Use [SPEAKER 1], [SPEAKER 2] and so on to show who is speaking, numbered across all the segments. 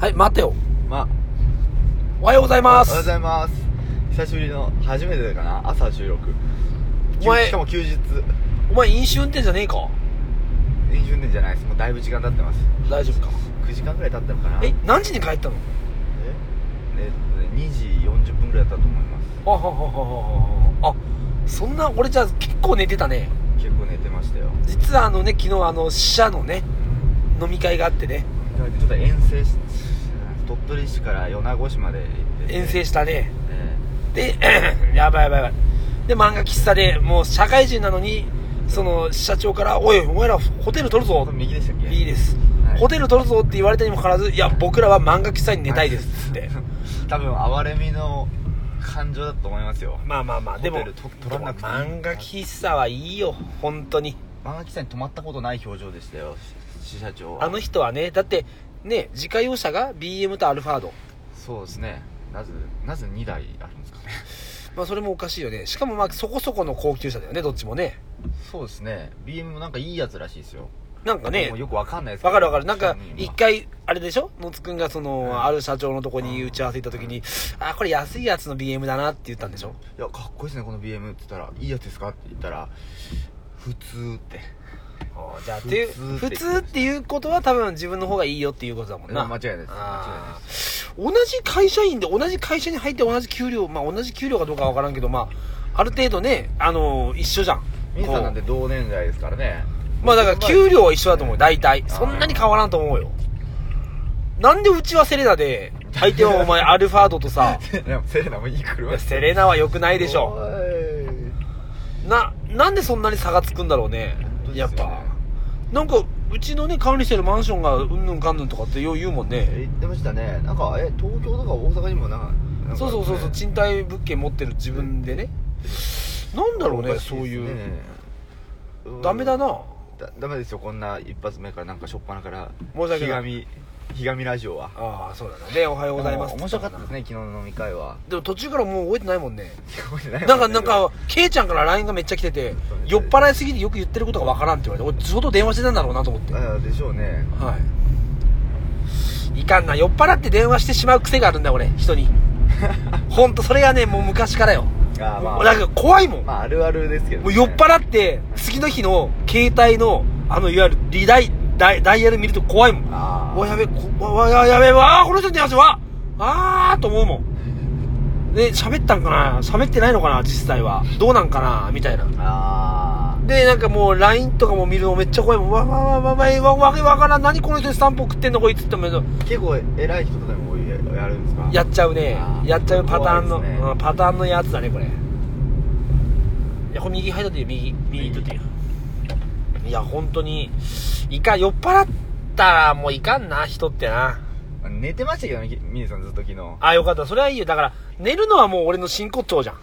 [SPEAKER 1] はい、待てよ。
[SPEAKER 2] まあ、
[SPEAKER 1] おはようござい
[SPEAKER 2] おは
[SPEAKER 1] ま
[SPEAKER 2] ようご
[SPEAKER 1] す。
[SPEAKER 2] ざいます。久しぶりの、初めてかな朝収録。
[SPEAKER 1] お前
[SPEAKER 2] きゅしかも休日。
[SPEAKER 1] お前飲酒運転じゃねえか
[SPEAKER 2] 飲酒運転じゃないです。もうだいぶ時間経ってます。
[SPEAKER 1] 大丈夫か。
[SPEAKER 2] 9時間ぐらい経ったのかな
[SPEAKER 1] え、何時に帰ったの
[SPEAKER 2] ええっとね、2時40分ぐらいだったと思います。
[SPEAKER 1] あはははは。あ、そんな、俺じゃあ結構寝てたね。
[SPEAKER 2] 結構寝てましたよ。
[SPEAKER 1] 実はあのね、昨日あの、社のね、飲み会があってね、
[SPEAKER 2] ちょっと遠征し、鳥取市から米子市まで行ってて、
[SPEAKER 1] 遠征
[SPEAKER 2] し
[SPEAKER 1] したね。
[SPEAKER 2] え
[SPEAKER 1] で、 やばいやばいやばい。で、漫画喫茶で、もう社会人なのに、その、社長から、おい、お前らホテル取る
[SPEAKER 2] え
[SPEAKER 1] ぞ
[SPEAKER 2] これ。右でしたっけ
[SPEAKER 1] いいです、
[SPEAKER 2] はい
[SPEAKER 1] ホテル取るぞって言われたにもかかわらず、いや、僕らは漫画喫茶に寝たいですって。
[SPEAKER 2] 多分、哀れみの感情だと思いますよ。
[SPEAKER 1] まあまあまあ、でも
[SPEAKER 2] ホテルと、取らなくていい
[SPEAKER 1] 漫画喫茶はいいよ、本当に。
[SPEAKER 2] 漫画喫茶に泊まったことない表情でしたよ、し支社長は。
[SPEAKER 1] あの人はね、だって、ね、自家用車が BM とアルファード。
[SPEAKER 2] そうですねなぜなぜ2台あるんですかね
[SPEAKER 1] まあ、それもおかしいよね。しかもまあ、そこそこの高級車だよね、どっちもね。
[SPEAKER 2] そうですね BM もなんかいいやつらしいですよ
[SPEAKER 1] なんか
[SPEAKER 2] も
[SPEAKER 1] ね
[SPEAKER 2] う、よくわかんないです
[SPEAKER 1] わかるわかる。なんか
[SPEAKER 2] 商品、は
[SPEAKER 1] 一回、あれでしょ野津くんがその、
[SPEAKER 2] うん
[SPEAKER 1] ある社長のとこに打ち合わせ行った時に、あ、これ安いやつの BM だなって言ったんでしょ
[SPEAKER 2] いやかっこいいですねこの BM って言ったらいいやつですかって言ったら普通って
[SPEAKER 1] じゃあ、っていう、
[SPEAKER 2] 普通
[SPEAKER 1] 普
[SPEAKER 2] って
[SPEAKER 1] 通っていうことは多分自分の方がいいよっていうことだもんな。
[SPEAKER 2] 間違いないです間違い
[SPEAKER 1] あ
[SPEAKER 2] ないで
[SPEAKER 1] ー同じ会社員で同じ会社に入って同じ給料まあ同じ給料かどうかわからんけどまあある程度ねあのー一緒じゃん
[SPEAKER 2] ミンさんなん
[SPEAKER 1] こ
[SPEAKER 2] て同年代ですからね
[SPEAKER 1] うまあだから給料は一緒だと思う大体
[SPEAKER 2] ー
[SPEAKER 1] そんなに変わらんと思うよなんでうちはセレナ で相手はお前アルファードとさ
[SPEAKER 2] セレナセレナもいい
[SPEAKER 1] い
[SPEAKER 2] 車
[SPEAKER 1] やセレナは良くないでしょ
[SPEAKER 2] ょ
[SPEAKER 1] ななんでそんなに差がつくんだろうね
[SPEAKER 2] 当です
[SPEAKER 1] や
[SPEAKER 2] よ
[SPEAKER 1] っ
[SPEAKER 2] ね
[SPEAKER 1] ぱなんかうちのね管理してるマンションがうんぬんかんぬんとかってよう言うもんね
[SPEAKER 2] 言ってましたねなんかえ東京とか大阪にもなんかなんかね
[SPEAKER 1] そうそうそうそう賃貸物件持ってる自分でねなんだろうねそういう
[SPEAKER 2] うん
[SPEAKER 1] ダメだな
[SPEAKER 2] だダメですよこんな一発目からなんかしょっぱなから
[SPEAKER 1] 申し訳ない
[SPEAKER 2] ひがみひがみラジオは
[SPEAKER 1] ああそうだねでおはようございます
[SPEAKER 2] でも面白かったですね昨日の飲み会は
[SPEAKER 1] でも途中からもう覚えてないもん ね
[SPEAKER 2] 覚えていも
[SPEAKER 1] なんかなんかケイちゃんから LINE がめっちゃ来てて
[SPEAKER 2] そうです
[SPEAKER 1] 酔っ払いすぎてよく言ってることがわからんって言われて俺相当電話してたんだろうなと思っては
[SPEAKER 2] あでしょうね
[SPEAKER 1] いいかんな酔っ払って電話してしまう癖があるんだ俺人 にほんとそれがねもう昔からよ
[SPEAKER 2] あーま
[SPEAKER 1] もうなん
[SPEAKER 2] あ
[SPEAKER 1] か怖いもん
[SPEAKER 2] まああるあるですけどね
[SPEAKER 1] もう酔っ払って次の日の携帯のあのいわゆるリダイダイダイヤル見ると怖いもん
[SPEAKER 2] あ
[SPEAKER 1] わやべこわわややべわあこの人の電話しわあーと思うもんで喋ったんかな喋ってないのかな実際はどうなんかなみたいな
[SPEAKER 2] あ
[SPEAKER 1] でなんかもう LINE とかも見るのめっちゃ怖いもんわわわわわわわけわからん何この人にスタンプ送ってんのこいつって思うけど
[SPEAKER 2] ー結構偉い人とかでもややるんですか
[SPEAKER 1] やっちゃうね
[SPEAKER 2] あー
[SPEAKER 1] やっちゃうパターンの、
[SPEAKER 2] 怖いですね
[SPEAKER 1] うんパターンのやつだねこれいやこれ右入ったという右右とっていういや本当にいかん酔っ払ったらもういかんな人ってな
[SPEAKER 2] 寝てましたけどねミネさんずっと昨日 ま
[SPEAKER 1] あよかったそれはいいよだから寝るのはもう俺の真骨頂じゃん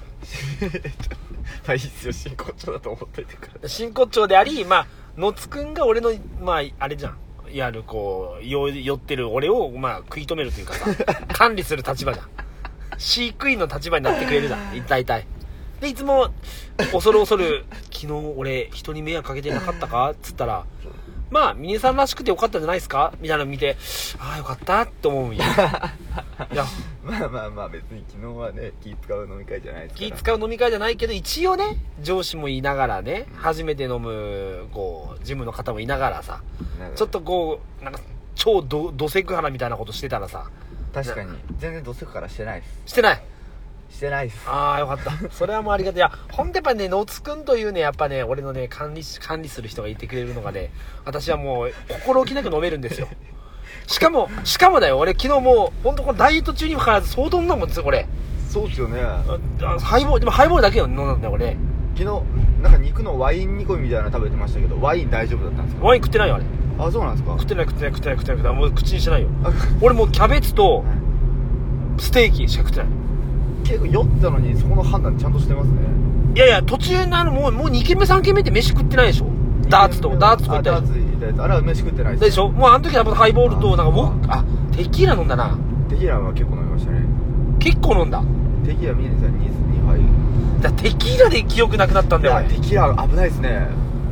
[SPEAKER 2] あいいっすよ真骨頂だと思っといてくれ
[SPEAKER 1] 真骨頂でありまあ野津くんが俺のまああれじゃんいわゆるこうよ酔ってる俺をまあ食い止めるというかさ管理する立場じゃん飼育員の立場になってくれるじゃん大体でいつも恐る恐る「昨日俺人に迷惑かけてなかったか?」っつったら「まあ峰さんらしくてよかったんじゃないですか?」みたいなの見て「ああよかった」って思うんやいや
[SPEAKER 2] まあまあまあ別に昨日はね気使う飲み会じゃないですから
[SPEAKER 1] 気使う飲み会じゃないけど一応ね上司もいながらね初めて飲むこうジムの方もいながらさ
[SPEAKER 2] なんか
[SPEAKER 1] ちょっとこうなんか超どどセクハラみたいなことしてたらさ
[SPEAKER 2] 確かに全然どせくからしてないで
[SPEAKER 1] し
[SPEAKER 2] す
[SPEAKER 1] てない
[SPEAKER 2] してないです
[SPEAKER 1] ああよかったそれはもうありがたいいやほんとやっぱね野津くんというねやっぱね俺のね管理し管理する人がいてくれるのがね私はもう心置きなく飲めるんですよしかもしかもだよ俺昨日もうほんとこのダイエット中にもかかわらず相当飲んだもんですよこれ
[SPEAKER 2] そうっすよね
[SPEAKER 1] ハイボールでもハイボールだけ飲んだんだよ俺
[SPEAKER 2] 昨日なんか肉のワイン煮込みみたいなの食べてましたけどワイン大丈夫だったんですか
[SPEAKER 1] ワイン食ってないよあれ
[SPEAKER 2] あそうなんですか
[SPEAKER 1] 食ってない食ってない食ってない食ってない食ってないもう口にしてないよ
[SPEAKER 2] あ
[SPEAKER 1] 俺もうキャベツと
[SPEAKER 2] は
[SPEAKER 1] ステーキしか食ってない
[SPEAKER 2] 結構酔ったのにそこの判断ちゃんとしてますね
[SPEAKER 1] いやいや途中のあのもうもう2軒目3軒目って飯食ってないでしょダーツとダーツとか行
[SPEAKER 2] あ
[SPEAKER 1] った
[SPEAKER 2] ダー
[SPEAKER 1] でし
[SPEAKER 2] ツ行ったやつあれは飯食ってない
[SPEAKER 1] ょでしょもうあの時はまたハイボールとなんかウォッ
[SPEAKER 2] あ
[SPEAKER 1] あテキーラ飲んだな
[SPEAKER 2] テキーラは結構飲みましたね
[SPEAKER 1] 結構飲んだ
[SPEAKER 2] テキーラミネさん 2, 2杯
[SPEAKER 1] だからテキーラで記憶なくなったんだ
[SPEAKER 2] い
[SPEAKER 1] よ
[SPEAKER 2] や
[SPEAKER 1] 俺
[SPEAKER 2] テキーラ危ないですね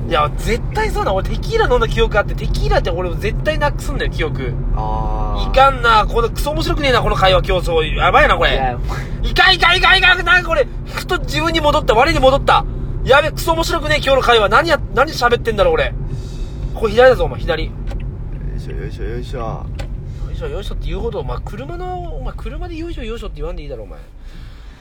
[SPEAKER 1] いや絶対そうだ俺テキーラ飲んだ記憶あってテキーラって俺絶対なくすんだよ記憶
[SPEAKER 2] ああ
[SPEAKER 1] いかんなこのクソ面白くねえなこの会話競争やばいなこ
[SPEAKER 2] いや
[SPEAKER 1] れいかんいかんいかんいかんなんかこれふと自分に戻った我に戻ったやべクソ面白くねえ今日の会話何や何喋ってんだろう俺これ左だぞお前左よ
[SPEAKER 2] よいしょよいしょよいしょ
[SPEAKER 1] いしょよいしょって言うほどお前車のお前車でよいしょよいしょって言わんでいいだろお前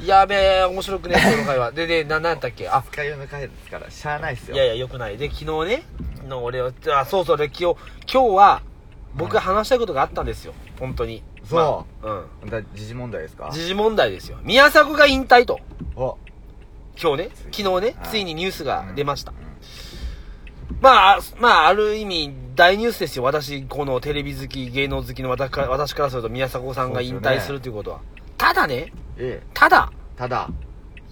[SPEAKER 1] やべえ面白くねえ今日の会話ででな何やったっけあ
[SPEAKER 2] 扱いを抜かれですからしゃあないっすよ
[SPEAKER 1] いやいや、よくない。で、昨日ね、昨日俺は、あ、そうそう、で、今日、今日は、僕が話したいことがあったんですよ。本当に。
[SPEAKER 2] そ
[SPEAKER 1] まあ
[SPEAKER 2] うだ時事問題です
[SPEAKER 1] う
[SPEAKER 2] か
[SPEAKER 1] ん。時事問題ですよ。宮迫が引退と。
[SPEAKER 2] お
[SPEAKER 1] 今日ね、
[SPEAKER 2] ついに
[SPEAKER 1] 昨日ね、
[SPEAKER 2] はい
[SPEAKER 1] ついにニュースが出ました
[SPEAKER 2] うん。
[SPEAKER 1] まあ、あまあ、ある意味、大ニュースですよ。私、このテレビ好き、芸能好きの私から私からすると、宮迫さんが引
[SPEAKER 2] そうですよ
[SPEAKER 1] 退
[SPEAKER 2] ね
[SPEAKER 1] するということは。ただね、
[SPEAKER 2] ええ
[SPEAKER 1] ただ、
[SPEAKER 2] ただ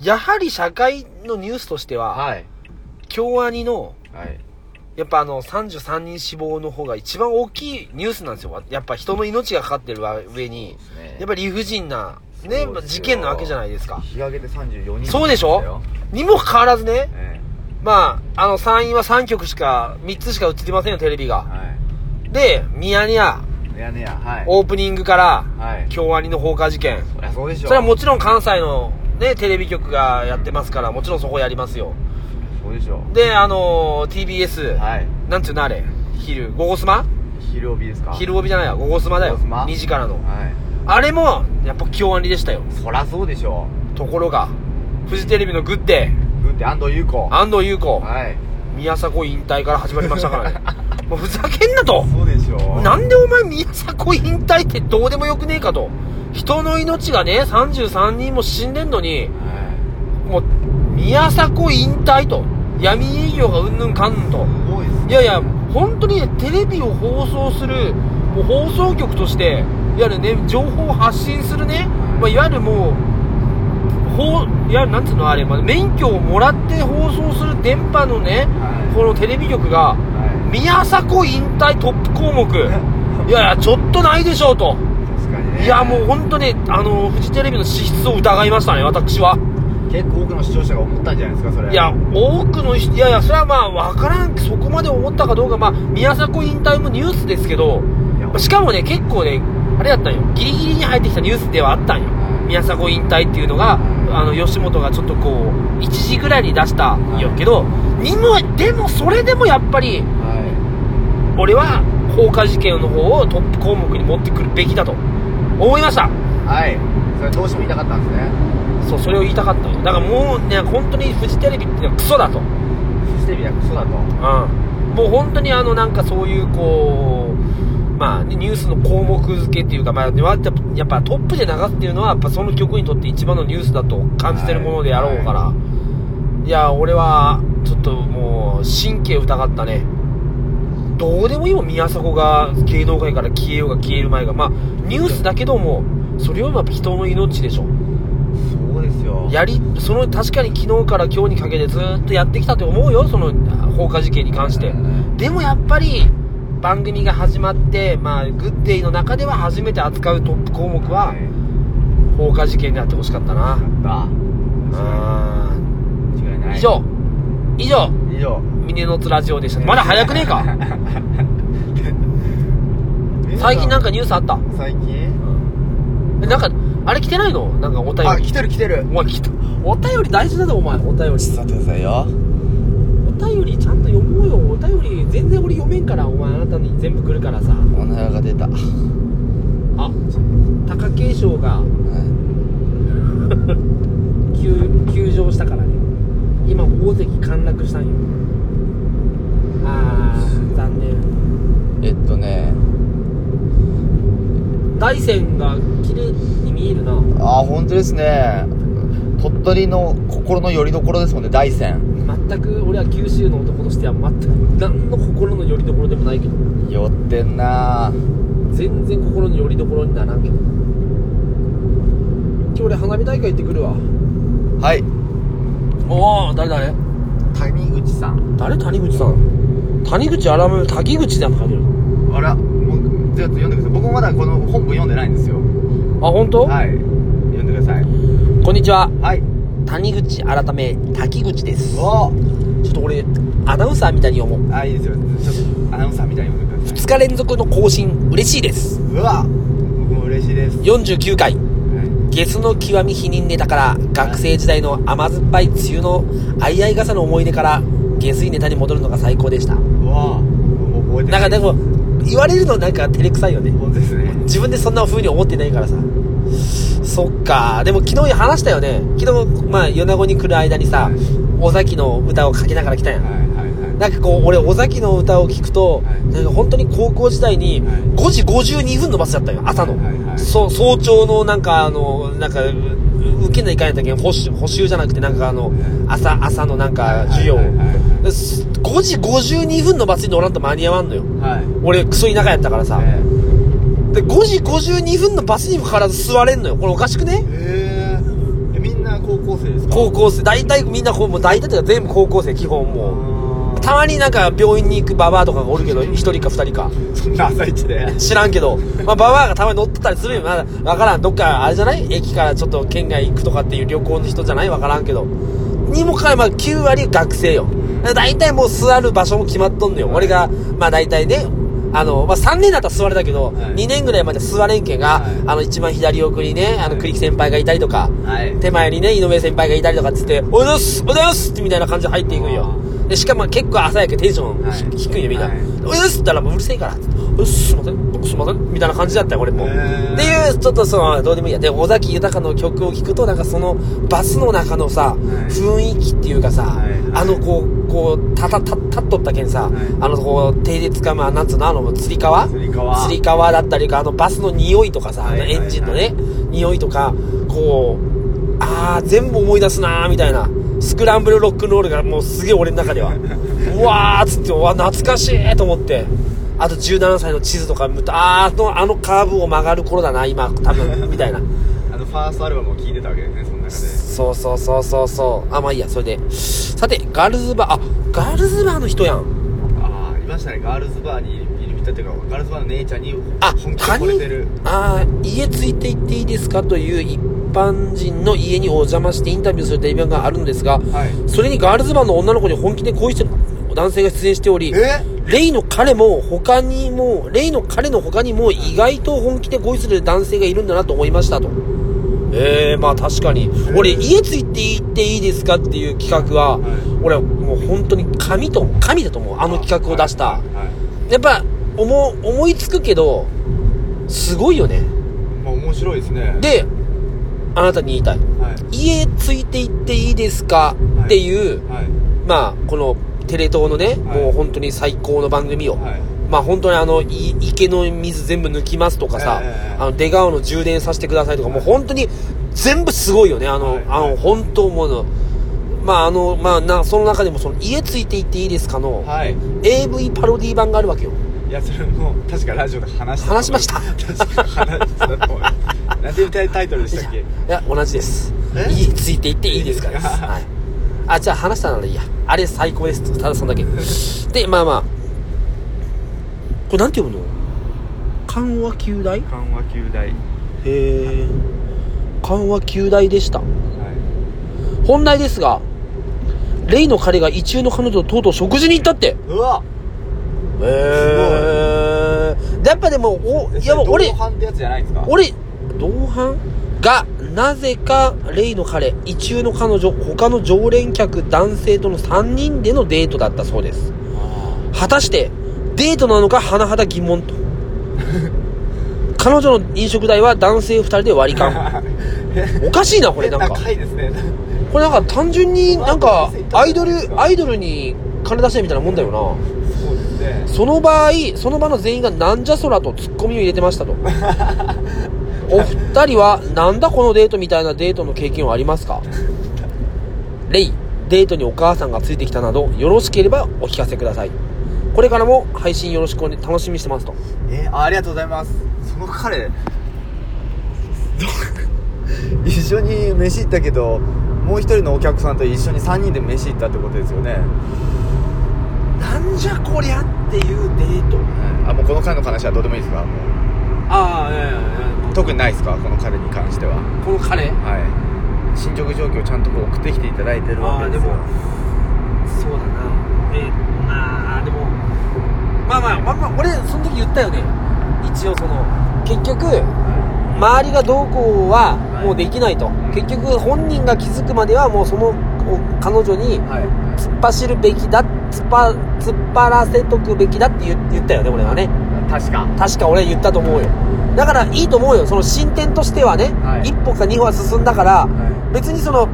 [SPEAKER 1] やはり社会のニュースとしては、
[SPEAKER 2] はい
[SPEAKER 1] 京アニの、
[SPEAKER 2] はい
[SPEAKER 1] やっぱあの33人死亡の方が一番大きいニュースなんですよやっぱ人の命がかかってる上に
[SPEAKER 2] そうですね
[SPEAKER 1] やっぱり理不尽な、ね
[SPEAKER 2] そうですよ
[SPEAKER 1] 事件なわけじゃないですか
[SPEAKER 2] 日陰で34人
[SPEAKER 1] そうでしょにもかかわらずね
[SPEAKER 2] え
[SPEAKER 1] まああの参院は3局しか3つしか映ってませんよテレビ
[SPEAKER 2] え
[SPEAKER 1] が
[SPEAKER 2] は
[SPEAKER 1] でミヤネ屋
[SPEAKER 2] いやねやはい
[SPEAKER 1] オープニングから
[SPEAKER 2] はい
[SPEAKER 1] 京アニの放火事件
[SPEAKER 2] そりゃそうでしょ
[SPEAKER 1] それはもちろん関西のねテレビ局がやってますからもちろんそこやりますよ
[SPEAKER 2] そうでしょ
[SPEAKER 1] であの TBS
[SPEAKER 2] はい
[SPEAKER 1] なんていうのあれ昼午後スマ
[SPEAKER 2] 昼帯ですか
[SPEAKER 1] 昼帯じゃないわ午後スマだよ
[SPEAKER 2] 午後スマ
[SPEAKER 1] 2時からの
[SPEAKER 2] は
[SPEAKER 1] あれもやっぱ京アニでしたよ
[SPEAKER 2] いそりゃそうでしょ
[SPEAKER 1] ところがフジテレビの「グッデイ
[SPEAKER 2] 軍手安藤優子」
[SPEAKER 1] 安藤優子
[SPEAKER 2] はい
[SPEAKER 1] 宮迫引退から始まりましたからねもうふざけんなと
[SPEAKER 2] そうでしょ
[SPEAKER 1] なんでお前宮迫引退ってどうでもよくねえかと人の命がね33人も死んでんのにも
[SPEAKER 2] は
[SPEAKER 1] う宮迫引退と闇営業がうんぬんかんぬんと
[SPEAKER 2] いすごいです
[SPEAKER 1] いやいや、本当にね、テレビを放送する、もう放送局として、いわゆるね、情報を発信するね、まあ、いわゆるもう、ほいや、なんつうの、あれ、まあ、免許をもらって放送する電波のね、
[SPEAKER 2] はい
[SPEAKER 1] このテレビ局が、
[SPEAKER 2] は
[SPEAKER 1] 宮迫引退トップ項目、いやいや、ちょっとないでしょうと、
[SPEAKER 2] い確かにね
[SPEAKER 1] いや、もう本当ね、あの、フジテレビの資質を疑いましたね、私は。
[SPEAKER 2] 結構多くの視聴者が思ったんじゃないですかそれ
[SPEAKER 1] いや、多くの人、いやいや、それはまあ、わからん、そこまで思ったかどうか、まあ、宮迫引退もニュースですけど、
[SPEAKER 2] いや
[SPEAKER 1] しかもね、結構ね、あれだったんよ、ギリギリに入ってきたニュースではあったんよ、宮迫引退っていうのが、あの吉本がちょっとこう、1時ぐらいに出したんよけど、にも、でも、それでもやっぱり、
[SPEAKER 2] は
[SPEAKER 1] 俺は放火事件の方をトップ項目に持ってくるべきだと思いました。
[SPEAKER 2] いはいそれどうしても言いたかったんですね
[SPEAKER 1] そう、それを言いたかったんよ。だからもうね、本当にフジテレビっていうのはクソだと。
[SPEAKER 2] フジテレビはクソだと
[SPEAKER 1] うん、もう本当にあのなんかそういうこう、まあね、ニュースの項目付けっていうか、まあ、やっぱやっぱトップで流すっていうのはやっぱその曲にとって一番のニュースだと感じてるものであろうから、い、や俺はちょっともう神経疑ったねどうでもいいもん宮迫が芸能界から消えようが消える前がまあニュースだけどもそれよりもやっぱ人の命でしょ
[SPEAKER 2] そうですよ
[SPEAKER 1] やりその確かに昨日から今日にかけてずーっとやってきたと思うよその放火事件に関してでもやっぱり番組が始まってまあグッデイの中では初めて扱うトップ項目は放火事件であってほしかった
[SPEAKER 2] あ
[SPEAKER 1] な
[SPEAKER 2] あ
[SPEAKER 1] あ
[SPEAKER 2] 間違いな
[SPEAKER 1] ー
[SPEAKER 2] い
[SPEAKER 1] 以上以上
[SPEAKER 2] 以上
[SPEAKER 1] 峰のつラジオでしたまだ早くねえ か最近なんかニュースあった
[SPEAKER 2] 最近
[SPEAKER 1] えなんかあれ来てないのなんかお便
[SPEAKER 2] あ
[SPEAKER 1] り
[SPEAKER 2] 来てる来てる
[SPEAKER 1] お前来たお便り大事だぞお前お便り
[SPEAKER 2] ょっと待ってくださいよ
[SPEAKER 1] お便りちゃんと読もうよお便り全然俺読めんからお前あなたに全部来るからさ
[SPEAKER 2] お腹が出た
[SPEAKER 1] あ貴景勝が休休場したからね今大関陥落したんよあー残念
[SPEAKER 2] えっとね
[SPEAKER 1] 大山が綺麗に見えるな
[SPEAKER 2] ああ本当ですね鳥取の心の拠り所ですもんね大山
[SPEAKER 1] 全く俺は九州の男としては全く何の心の拠り所でもないけど
[SPEAKER 2] 寄ってんな
[SPEAKER 1] 全然心の拠り所にならんけど今日俺花火大会行ってくるわ
[SPEAKER 2] はい
[SPEAKER 1] おお誰誰
[SPEAKER 2] 谷口さん
[SPEAKER 1] 誰谷口さん谷口あらめ滝口じゃんかあ
[SPEAKER 2] あらもうちょっと読んでください僕もまだこの本文読んでないんですよ
[SPEAKER 1] 本当、
[SPEAKER 2] はい読んでください
[SPEAKER 1] こんにちは
[SPEAKER 2] はい
[SPEAKER 1] 谷口改め滝口です
[SPEAKER 2] お
[SPEAKER 1] ちょっと俺アナウンサーみたいに思う
[SPEAKER 2] あいいですよちょっとアナウンサーみたいに呼んでください
[SPEAKER 1] 2日連続の更新嬉しいです
[SPEAKER 2] うわ僕も嬉しいです、は
[SPEAKER 1] 49回
[SPEAKER 2] い、
[SPEAKER 1] ゲスの極み否認ネタから学生時代の甘酸っぱい梅雨のあいあい傘の思い出から下水ネタに戻るのが最高でした
[SPEAKER 2] うわもう覚えて
[SPEAKER 1] なんかでも言われるのなんか照れくさいよね
[SPEAKER 2] 本当ですね
[SPEAKER 1] 自分でそんな風に思ってないからさそっかでも昨日話したよね昨日まあ米子に来る間にさ尾崎の歌をかけながら来たや
[SPEAKER 2] はい
[SPEAKER 1] ん
[SPEAKER 2] はいはい
[SPEAKER 1] なんかこう俺尾崎の歌を聞くと、
[SPEAKER 2] はい
[SPEAKER 1] なんか本当に高校時代に
[SPEAKER 2] はい
[SPEAKER 1] 5時52分のバスだったよ朝の、
[SPEAKER 2] はいはい
[SPEAKER 1] そう早朝のなんかあのなんかう受けないかんやったっけ補習補習じゃなくてなんかあの
[SPEAKER 2] はい
[SPEAKER 1] 朝朝のなんか授業、
[SPEAKER 2] はいはいはいはい
[SPEAKER 1] です5時52分のバスに乗らんと間に合わんのよ
[SPEAKER 2] はい
[SPEAKER 1] 俺クソ田舎やったからさ、で5時52分のバスにもかかわらず座れんのよこれおかしくね
[SPEAKER 2] えー、えみんな高校生ですか
[SPEAKER 1] 高校生大体みんなこうもう大体というか全部高校生基本もう
[SPEAKER 2] あ
[SPEAKER 1] たまになんか病院に行くババアとかがおるけど、一人か二人か。
[SPEAKER 2] ーそん な朝一で
[SPEAKER 1] 知らんけど、まあ、ババアがたまに乗ってたりするよ。まだ、わからん。どっか、あれじゃない駅からちょっと県外行くとかっていう旅行の人じゃないわからんけど。にもかかわらず、まあ、9割学生よ。だいたいもう座る場所も決まっとんのよ。俺が、まあだいたいね、あの、まあ3年だったら座れたけど、
[SPEAKER 2] はい
[SPEAKER 1] 2年ぐらいまで座れんけんが、
[SPEAKER 2] はい
[SPEAKER 1] あの一番左奥にね、あの栗木先輩がいたりとか、
[SPEAKER 2] はい
[SPEAKER 1] 手前にね、井上先輩がいたりとかっつって、おはようございますおはようございますってみたいな感じで入っていくんよ
[SPEAKER 2] あ。
[SPEAKER 1] で、しかも結構朝やけテンション
[SPEAKER 2] はい
[SPEAKER 1] 低いよみんな、
[SPEAKER 2] はい
[SPEAKER 1] おはようっすったらもううるせえから「うっすすいません僕すいません」みたいな感じだったよ俺もう
[SPEAKER 2] へ
[SPEAKER 1] って
[SPEAKER 2] ー
[SPEAKER 1] いうちょっとそのどうでもいいやで尾崎豊の曲を聴くとなんかそのバスの中のさ、
[SPEAKER 2] い
[SPEAKER 1] 雰囲気っていうかさ、
[SPEAKER 2] はい
[SPEAKER 1] あのこうこうたたた立っとったけんさ、
[SPEAKER 2] い
[SPEAKER 1] あのこう手でつかむなんつうのあのつり革
[SPEAKER 2] つり革
[SPEAKER 1] つり革だったりかあのバスの匂いとかさ、
[SPEAKER 2] はい
[SPEAKER 1] あのエンジンのね、匂いとかこうあー全部思い出すなーみたいなスクランブルロックンロールがもうすげえ俺の中ではうわーっつってうわ懐かしいと思ってあと17歳の地図とか見てあーあのあのカーブを曲がる頃だな今多分みたいな
[SPEAKER 2] あのファーストアルバムを聴いてたわけですねその中で
[SPEAKER 1] そうそうそうそうそうあまあいいやそれでさてガールズバーあガールズバーの人やん
[SPEAKER 2] ああいましたねガールズバーにいる人っていうかガールズバーの姉ちゃんに
[SPEAKER 1] あ
[SPEAKER 2] 本気で惚れてる
[SPEAKER 1] あー家ついて行っていいですかという一般人の家にお邪魔してインタビューするイベントがあるんですが、
[SPEAKER 2] はい
[SPEAKER 1] それにガールズバーの女の子に本気で恋してる男性が出演しており、
[SPEAKER 2] え
[SPEAKER 1] レイの彼も他にも、レイの彼の他にも意外と本気で恋する男性がいるんだなと思いましたと。ええまあ確かに。俺、家ついて行っていいですかっていう企画は、
[SPEAKER 2] はい
[SPEAKER 1] 俺はもう本当に神と、神だと思う。あの企画を出した
[SPEAKER 2] はい。はい
[SPEAKER 1] やっぱ、思う、思いつくけど、すごいよね。
[SPEAKER 2] まあ面白いですね
[SPEAKER 1] で、あなたに言いたい。
[SPEAKER 2] はい
[SPEAKER 1] 家ついて行っていいですかっていう、
[SPEAKER 2] はい
[SPEAKER 1] まあ、このテレ東のね、もう本当に最高の番組を、
[SPEAKER 2] はい
[SPEAKER 1] まあ本当にあの、い池の水全部抜きますとかさ、
[SPEAKER 2] ええ
[SPEAKER 1] あの、出川の充電させてくださいとか、もう本当に全部すごいよね、あの、
[SPEAKER 2] はい
[SPEAKER 1] あの、本当もうの、まああの、まあな、その中でもその、家ついていっていいですかの、
[SPEAKER 2] はい、
[SPEAKER 1] AV パロディ版があるわけよ。
[SPEAKER 2] いやそれも確かラジオで 話した
[SPEAKER 1] 話しました
[SPEAKER 2] 確か話したと思うなんていうタイトルでしたっけ
[SPEAKER 1] いや、同じです。
[SPEAKER 2] え
[SPEAKER 1] 家ついていっていいですかです。
[SPEAKER 2] いいですか
[SPEAKER 1] はい。あ、じゃあ話したならいいや。あれ最高です。ただそんだ け。で、まあまあ。これなんて読むの緩和球大へ
[SPEAKER 2] 緩和球大はい
[SPEAKER 1] え。緩和球大でした。本題ですが、レイの彼が一中の彼女ととうとう食事に行ったって。へ
[SPEAKER 2] うわ
[SPEAKER 1] え。やっぱでも、お、いやもう俺
[SPEAKER 2] 同、伴ってやつじゃないんです か
[SPEAKER 1] 俺、同伴が、なぜか、レイの彼、異中の彼女、他の常連客、男性との3人でのデートだったそうです。
[SPEAKER 2] あ
[SPEAKER 1] 果たして、デートなのか、甚だ疑問 と。彼女の飲食代は男性2人で割り勘。
[SPEAKER 2] あ
[SPEAKER 1] おかしいな、これ
[SPEAKER 2] 変
[SPEAKER 1] なん
[SPEAKER 2] な
[SPEAKER 1] か。
[SPEAKER 2] 回ですね
[SPEAKER 1] これなんか単純になんか
[SPEAKER 2] うわ
[SPEAKER 1] アイドルアイドルに金出してみたいなもんだよ
[SPEAKER 2] そうですね
[SPEAKER 1] なその場合その場の全員がなんじゃそらとツッコミを入れてました とお二人はなんだこのデートみたいなデートの経験はありますかレイデートにお母さんがついてきたなどよろしければお聞かせくださいこれからも配信よろしくお、ね、楽しみにしてますと
[SPEAKER 2] えあありがとうございますその彼 ど一緒に飯行ったけどもう一人のお客さんと一緒に3人で飯行ったってことですよね
[SPEAKER 1] なんじゃこりゃっていうデート
[SPEAKER 2] あもうこの彼の話はどうでもいいですかも
[SPEAKER 1] ああいやいやいう
[SPEAKER 2] 特にないですかこの彼に関しては
[SPEAKER 1] やこの彼
[SPEAKER 2] はい進捗状況をちゃんとこう送ってきていただいてるわけですよ
[SPEAKER 1] あーでもそうだなえー、まあでもまあまあまあまあ俺その時言ったよね一応その結局周りがどうこうはもうできないと結局本人が気づくまではもうそのお彼女に
[SPEAKER 2] はい
[SPEAKER 1] 突っ走るべきだ突っぱ突っ張らせとくべきだって言言ったよね俺はね
[SPEAKER 2] 確か
[SPEAKER 1] 確か俺言ったと思うよだからいいと思うよその進展としてはね、
[SPEAKER 2] はい
[SPEAKER 1] 一歩か二歩は進んだから
[SPEAKER 2] は
[SPEAKER 1] 別にその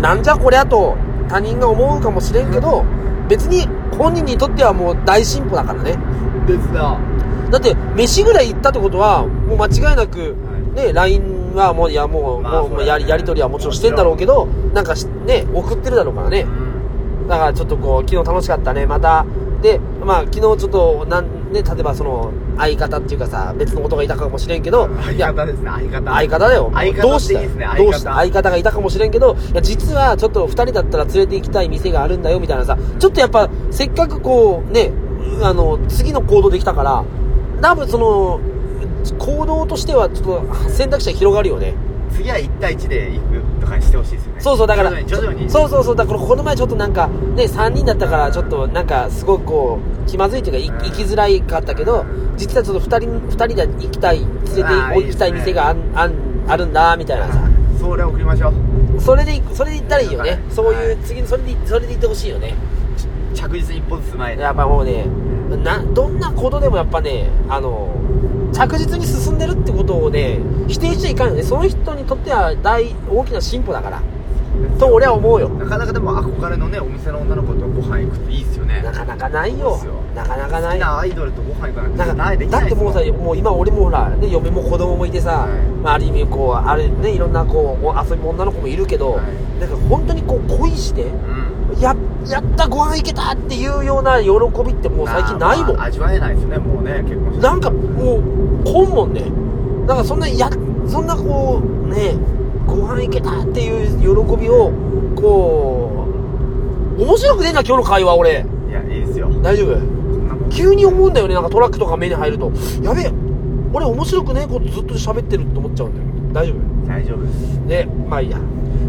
[SPEAKER 1] なんじゃこりゃと他人が思うかもしれんけど、別に本人にとってはもう大進歩だからね
[SPEAKER 2] いですな
[SPEAKER 1] だって飯ぐらい行ったってことはもう間違いなく、ね LINE はもういやもう,、
[SPEAKER 2] まあ
[SPEAKER 1] もう
[SPEAKER 2] そうだね
[SPEAKER 1] やりやり取りはもちろんしてんだろうけどなんかしね送ってるだろうからねだからちょっとこう昨日楽しかったねまたでまあ昨日ちょっとなんね例えばその相方っていうかさ別のことがいたかもしれんけどいや
[SPEAKER 2] 相方ですね相方
[SPEAKER 1] 相方だよ
[SPEAKER 2] 相方
[SPEAKER 1] どうした
[SPEAKER 2] っていいですね相方
[SPEAKER 1] どうした相方がいたかもしれんけどいや実はちょっと2人だったら連れて行きたい店があるんだよみたいなさちょっとやっぱせっかくこうねあの次の行動できたから多分その行動としてはちょっと選択肢が広がるよね
[SPEAKER 2] 次は1対1で行くとかにしてほしいですよね
[SPEAKER 1] そうそうだから
[SPEAKER 2] 徐々に徐々に
[SPEAKER 1] そうそうそうだからこの前ちょっとなんかね3人だったからちょっとなんかすごくこう気まずいというかい行きづらいかったけど実はちょっと2人二人で行きたい連れて
[SPEAKER 2] あーい
[SPEAKER 1] 行
[SPEAKER 2] いで
[SPEAKER 1] き
[SPEAKER 2] す
[SPEAKER 1] た
[SPEAKER 2] ね
[SPEAKER 1] い店があんあんあるんだみたいなさ
[SPEAKER 2] それ送りましょう
[SPEAKER 1] それでそれで行ったらいいよねそうい
[SPEAKER 2] は
[SPEAKER 1] う
[SPEAKER 2] い
[SPEAKER 1] 次にそれでそれで行ってほしいよね
[SPEAKER 2] 着実に一歩ずつ前に
[SPEAKER 1] やっぱもうねなどんなことでもやっぱねあの着実に進んでるってことをね否定しちゃいかんよねその人にとっては大大きな進歩だからと俺は思うよ
[SPEAKER 2] なかなかでも憧れのねお店の女の子とご飯行くっていいですよね
[SPEAKER 1] なかなかないよ
[SPEAKER 2] そうですよ
[SPEAKER 1] なかなか
[SPEAKER 2] 好
[SPEAKER 1] な
[SPEAKER 2] き
[SPEAKER 1] い
[SPEAKER 2] なアイドルとご飯行くなん
[SPEAKER 1] なん
[SPEAKER 2] て
[SPEAKER 1] か
[SPEAKER 2] ないでき
[SPEAKER 1] だ
[SPEAKER 2] ない
[SPEAKER 1] ってもうさ
[SPEAKER 2] です
[SPEAKER 1] もう今俺もほら、ね、嫁も子供もいてさ、
[SPEAKER 2] はい
[SPEAKER 1] まあ、ある意味こうあれねいろんなこうお遊び女の子もいるけど、
[SPEAKER 2] はい
[SPEAKER 1] なんか本当にこう恋して
[SPEAKER 2] もんうん
[SPEAKER 1] ややったご飯行けたっていうような喜びってもう最近ないもん、
[SPEAKER 2] まあ味わえないですねもうね結婚して
[SPEAKER 1] なんかもうこんもんねなんかそんなやそんなこうねご飯行けたっていう喜びをこう面白くねえな今日の会話俺
[SPEAKER 2] いやいいですよ
[SPEAKER 1] 大丈夫
[SPEAKER 2] そんなもん
[SPEAKER 1] 急に思うんだよねなんかトラックとか目に入るとやべえ俺面白くねえことずっと喋ってるって思っちゃうんだよ大丈
[SPEAKER 2] 大丈夫です
[SPEAKER 1] 夫でまあいいや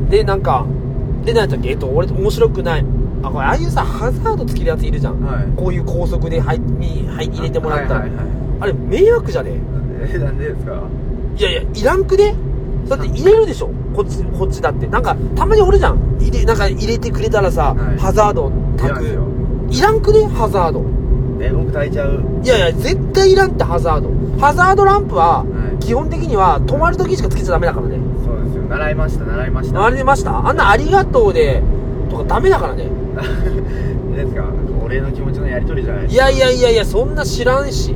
[SPEAKER 1] でなんかで何やったっけえっと俺面白くないあこれああいうさハザードつけるやついるじゃん、
[SPEAKER 2] はい
[SPEAKER 1] こういう高速で入に入入れてもらったら、
[SPEAKER 2] はいはいはい
[SPEAKER 1] あれ迷惑じゃね
[SPEAKER 2] えなんでですか
[SPEAKER 1] えいやいやいらんくねだって入れるでしょこっちこっちだってなんかたまに俺じゃん入れなんか入れてくれたらさ、
[SPEAKER 2] はい
[SPEAKER 1] ハザード
[SPEAKER 2] い
[SPEAKER 1] た
[SPEAKER 2] や
[SPEAKER 1] く
[SPEAKER 2] ですよ
[SPEAKER 1] いらんくねハザード
[SPEAKER 2] え僕抱いちゃう
[SPEAKER 1] いやいや絶対いらんってハザードハザードランプは
[SPEAKER 2] はい
[SPEAKER 1] 基本的には止まる時しかつけちゃダメだからね
[SPEAKER 2] そうですよ習いました習いました
[SPEAKER 1] あれでましたあんな「ありがとうで」とかダメだからね
[SPEAKER 2] ですかなんかお礼の気持ちのやり取りじゃない
[SPEAKER 1] いやいやいやいやそんな知らんし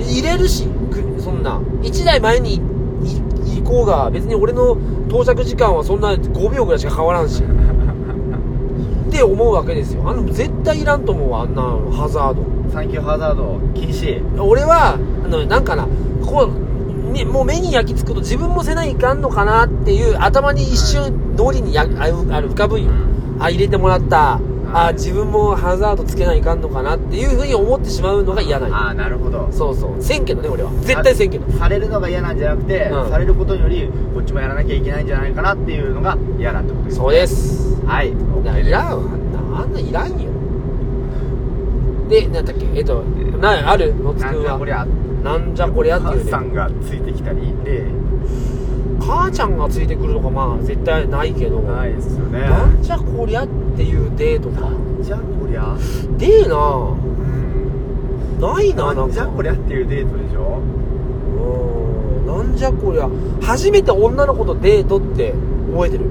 [SPEAKER 1] 入れるしくそんな1台前にいい行こうが別に俺の到着時間はそんな5秒ぐらいしか変わらんしって思うわけですよあの絶対いらんと思うわあんなハザード
[SPEAKER 2] サンキューハザード禁止
[SPEAKER 1] 俺はあのなんかなこう、ね、もう目に焼き付くと自分もせないかんのかなっていう頭に一瞬通りにやあうある浮かぶんよあ入れてもらったあ自分もハザードつけないかんのかなっていうふうに思ってしまうのが嫌なんよ
[SPEAKER 2] ああなるほど
[SPEAKER 1] そうそうせんけどね俺は絶対せんけど
[SPEAKER 2] さされるのが嫌なんじゃなくて、
[SPEAKER 1] うん
[SPEAKER 2] されることによりこっちもやらなきゃいけないんじゃないかなっていうのが嫌だってことです
[SPEAKER 1] そうです
[SPEAKER 2] はい OK
[SPEAKER 1] いやいらんあんなあんないらんよで何だっけえっとなあるのつく
[SPEAKER 2] なん
[SPEAKER 1] ん
[SPEAKER 2] じゃ
[SPEAKER 1] は
[SPEAKER 2] こりゃ
[SPEAKER 1] なんじゃこりゃって
[SPEAKER 2] ハ
[SPEAKER 1] いう
[SPEAKER 2] ン
[SPEAKER 1] ね
[SPEAKER 2] さんがついてきたりで
[SPEAKER 1] 母ちゃんがついてくるとかまあ絶対ないけど
[SPEAKER 2] ないですよね
[SPEAKER 1] なんじゃこりゃっていうデートか
[SPEAKER 2] なんじゃこりゃ
[SPEAKER 1] でーな
[SPEAKER 2] うん
[SPEAKER 1] ないなな
[SPEAKER 2] なんんじゃ
[SPEAKER 1] か
[SPEAKER 2] こりゃっていうデートでしょ
[SPEAKER 1] うんなんじゃこりゃ初めて女の子とデートって覚えてる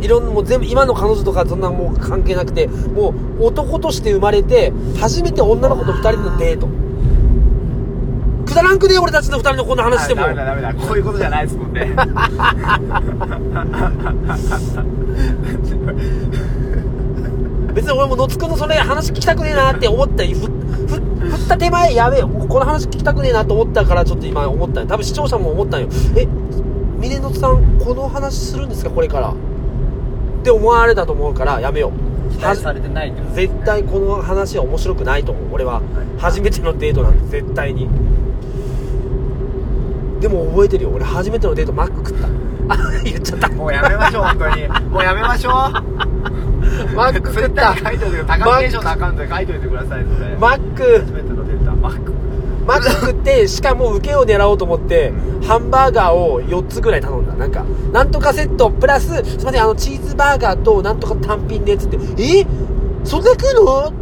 [SPEAKER 1] いろんなもう全部今の彼女とかそんなもう関係なくてもう男として生まれて初めて女の子と二人のデートくだらんくね俺たちの二人のこんな話しても
[SPEAKER 2] あダメだダメだこういうことじゃないですも んね
[SPEAKER 1] 別に俺も野津くんのそれ話聞きたくねえなって思ったりふふ振った手前やべえもうこの話聞きたくねえなと思ったからちょっと今思ったよ多分視聴者も思ったんよえ峰野津さんこの話するんですかこれからって思われたと思うからやめよう
[SPEAKER 2] 期待されてないってことですね
[SPEAKER 1] 絶対この話は面白くないと思う俺は
[SPEAKER 2] はい
[SPEAKER 1] 初めてのデートなんで絶対にでも覚えてるよ俺初めてのデートマック食ったあ言っちゃった
[SPEAKER 2] もうやめましょう本当にもうやめましょう
[SPEAKER 1] マック食
[SPEAKER 2] 絶
[SPEAKER 1] った
[SPEAKER 2] 対書いといてください高いテンションのアカウントで書いといてくださいそれ
[SPEAKER 1] マック
[SPEAKER 2] 初めてのデータマック
[SPEAKER 1] マック食ってしかも受けを狙おうと思ってハンバーガーを4つぐらい頼んだなんかなんとかセットプラスすいませんあのチーズバーガーとなんとか単品でっつってえそんな食うの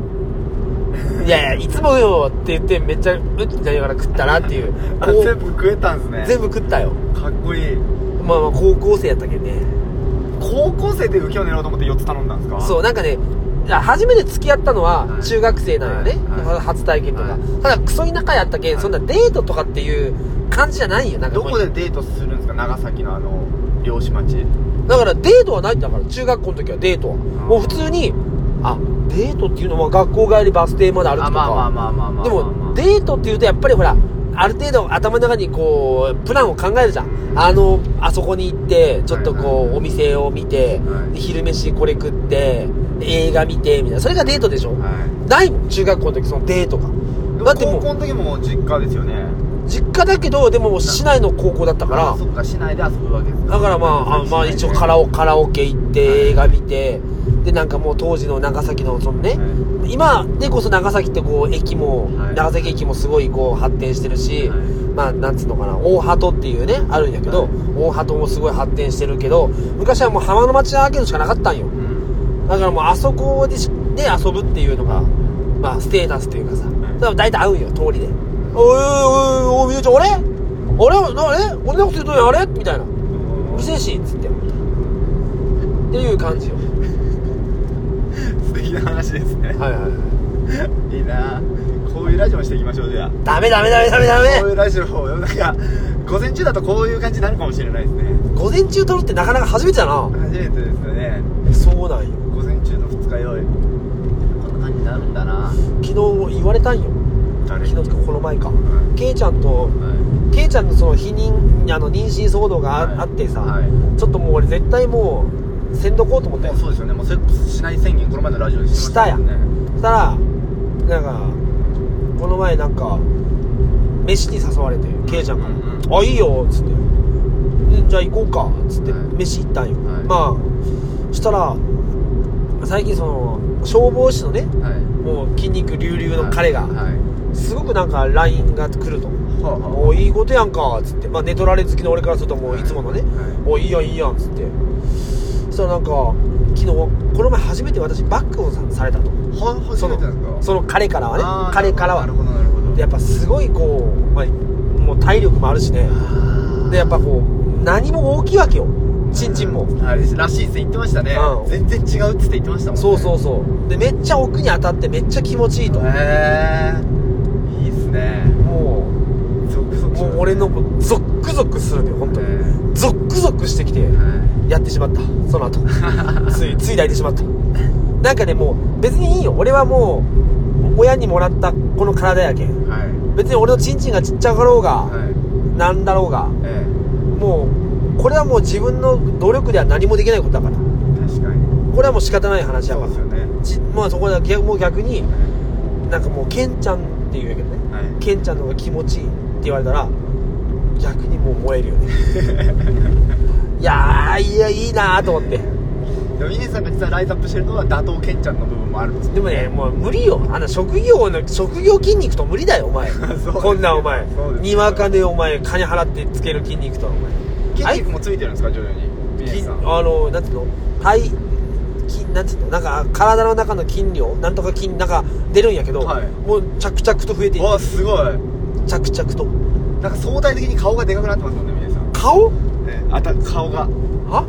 [SPEAKER 1] いやいやいつもよって言ってめっちゃうってなりながら食ったなっていう
[SPEAKER 2] あ
[SPEAKER 1] こう
[SPEAKER 2] 全部食えたんですね
[SPEAKER 1] 全部食ったよ
[SPEAKER 2] かっこいい
[SPEAKER 1] まあまあ高校生やったけどね
[SPEAKER 2] 高校生で受けを狙おうと思って4つ頼んだんですか
[SPEAKER 1] そうなんかねいや初めて付き合ったのは
[SPEAKER 2] はい
[SPEAKER 1] 中学生なのよね、
[SPEAKER 2] はいはい
[SPEAKER 1] 初体験とか、
[SPEAKER 2] はい
[SPEAKER 1] ただクソ田舎やったけん、
[SPEAKER 2] はい
[SPEAKER 1] そんなデートとかっていう感じじゃないよなんか
[SPEAKER 2] ど
[SPEAKER 1] う
[SPEAKER 2] こでデートするんですか長崎のあの漁師町
[SPEAKER 1] だからデートはないんだから中学校の時はデートはもう普通にあデートっていうのは学校帰りバス停まで歩くとか
[SPEAKER 2] あまあまあまあまあまあまあまあ
[SPEAKER 1] でもデートっていうとやっぱりほらある程度頭の中にこうプランを考えるじゃんあのあそこに行ってちょっと
[SPEAKER 2] はい
[SPEAKER 1] こ
[SPEAKER 2] はいう
[SPEAKER 1] お店を見て、
[SPEAKER 2] はい
[SPEAKER 1] で昼飯これ食って映画見てみたいなそれがデートでしょ、
[SPEAKER 2] は
[SPEAKER 1] ないもん中学校の時そのデートが
[SPEAKER 2] い
[SPEAKER 1] だっても
[SPEAKER 2] 高
[SPEAKER 1] う
[SPEAKER 2] 校の時も実家ですよね
[SPEAKER 1] 実家だけどでも市内の高校だったか
[SPEAKER 2] あ
[SPEAKER 1] ら
[SPEAKER 2] そっか市内で遊ぶわけです
[SPEAKER 1] だからまあ、あまあ一応カラオカラオケ行って映画見てでなんかもう当時の長崎のそのね今でこそ長崎ってこう駅も
[SPEAKER 2] はい
[SPEAKER 1] 長崎駅もすごいこう発展してるし
[SPEAKER 2] はい
[SPEAKER 1] まあなんつうのかな大鳩っていうねあるんやけど
[SPEAKER 2] はい
[SPEAKER 1] 大鳩もすごい発展してるけど昔はもう浜の町アーケードしかなかったんよ
[SPEAKER 2] うん
[SPEAKER 1] だからもうあそこでしで遊ぶっていうのが、まあ、ステータスというかさ、だから大体会うんよ、通りで。おいおいおいおい、みゆちゃん、あれあれなあれ俺のこと言うとんやんあれみたいな。うるせえし、つって。っていう感じよ。
[SPEAKER 2] 素敵な話ですね
[SPEAKER 1] はいはいはい。
[SPEAKER 2] いいなこういうラジオしていきましょうじゃあ
[SPEAKER 1] ダメダメダメダメダ
[SPEAKER 2] こうい
[SPEAKER 1] メ
[SPEAKER 2] うラジオをなんか午前中だとこういう感じになるかもしれないですね
[SPEAKER 1] 午前中撮るってなかなか初めてだな。
[SPEAKER 2] 初めてですよね
[SPEAKER 1] そうなんよ。
[SPEAKER 2] 午前中の二日酔いこんな感じになるんだな
[SPEAKER 1] 昨日言われたんよ。
[SPEAKER 2] 誰
[SPEAKER 1] 昨日とかこの前か
[SPEAKER 2] ん。
[SPEAKER 1] ケイちゃんと、
[SPEAKER 2] は
[SPEAKER 1] ケイちゃんのその否認、あの、妊娠騒動が
[SPEAKER 2] はい
[SPEAKER 1] ああってさ
[SPEAKER 2] はい、
[SPEAKER 1] ちょっともう俺絶対もう、せんどこうと思っ
[SPEAKER 2] い
[SPEAKER 1] たよ
[SPEAKER 2] もう。そうですよねもうセックスしない宣言この前のラジオでしてましたもんね
[SPEAKER 1] そしたらなんかこの前なんか飯に誘われてケイちゃんから「
[SPEAKER 2] うんう
[SPEAKER 1] あいいよ」っつってで「じゃあ行こうか」っつって
[SPEAKER 2] はい
[SPEAKER 1] 飯行ったんよ、
[SPEAKER 2] はい
[SPEAKER 1] まあそしたら最近その消防士のね
[SPEAKER 2] はい
[SPEAKER 1] もう筋肉隆々の彼が
[SPEAKER 2] はいはい
[SPEAKER 1] すごくなんか LINE が来ると「
[SPEAKER 2] はあはあ
[SPEAKER 1] おいいことやんか」っつってまあ寝取られ好きの俺からするともういつものね
[SPEAKER 2] はい
[SPEAKER 1] 「おいいやんいいやん」っつってそしたらなんか昨日この前初めて私バックをさされたと
[SPEAKER 2] は初
[SPEAKER 1] そ
[SPEAKER 2] め
[SPEAKER 1] の
[SPEAKER 2] てなんですか
[SPEAKER 1] その彼からは
[SPEAKER 2] あ
[SPEAKER 1] ね
[SPEAKER 2] ー
[SPEAKER 1] 彼からは
[SPEAKER 2] なるほどなるほど
[SPEAKER 1] でやっぱすごいこう、まあ、もう体力もあるしね
[SPEAKER 2] あー
[SPEAKER 1] でやっぱこう何も大きいわけよちんちんも
[SPEAKER 2] あれですらしいって言ってましたね、
[SPEAKER 1] うん
[SPEAKER 2] 全然違うっつって言ってましたもんね
[SPEAKER 1] そうそうそうでめっちゃ奥に当たってめっちゃ気持ちいいとも
[SPEAKER 2] へえいいっすね
[SPEAKER 1] うも
[SPEAKER 2] ゾクゾクしますね
[SPEAKER 1] う俺のもうゾックゾクするのよ本当
[SPEAKER 2] へー
[SPEAKER 1] にゾックゾクしてきて
[SPEAKER 2] は
[SPEAKER 1] やってしまったその後 ついつい抱いてしまったなんかねもう別にいいよ俺はもう親にもらったこの体やけん
[SPEAKER 2] いはい
[SPEAKER 1] 別に俺のちんちんがちっちゃかろうが、
[SPEAKER 2] はい
[SPEAKER 1] なんだろうが
[SPEAKER 2] え
[SPEAKER 1] もうこれはもう自分の努力では何もできないことだから
[SPEAKER 2] え確かに
[SPEAKER 1] これはもう仕方ない話だ
[SPEAKER 2] そ
[SPEAKER 1] か
[SPEAKER 2] うですよ
[SPEAKER 1] ら
[SPEAKER 2] ね
[SPEAKER 1] ちまあそこで逆もう逆になんかもうケンちゃんって言うんやけどね
[SPEAKER 2] はい
[SPEAKER 1] ケンちゃんの方が気持ちいいって言われたら逆にもう燃えるよ ねいやーいやいいなーと思って
[SPEAKER 2] でも峰さんが実はライズアップしてるのは打倒ケンちゃんの部分もあるんです
[SPEAKER 1] でもねもう無理よあの職業の職業筋肉と無理だよお 前
[SPEAKER 2] うですね
[SPEAKER 1] こんなんお前
[SPEAKER 2] そうですね
[SPEAKER 1] にわかでお前金払ってつける筋肉とはお前
[SPEAKER 2] 筋肉もついてるんですか徐々に峰
[SPEAKER 1] 筋
[SPEAKER 2] さん
[SPEAKER 1] あのなんていうの肺筋なんていうのなんか体の中の筋量なんとか筋なんか出るんやけど、
[SPEAKER 2] はい
[SPEAKER 1] もう着々と増えてい
[SPEAKER 2] わあ
[SPEAKER 1] く
[SPEAKER 2] すごい
[SPEAKER 1] 着々と
[SPEAKER 2] なんか相対的に顔がでかくなってますもんね峰さん、
[SPEAKER 1] 顔
[SPEAKER 2] ええあた顔が
[SPEAKER 1] あ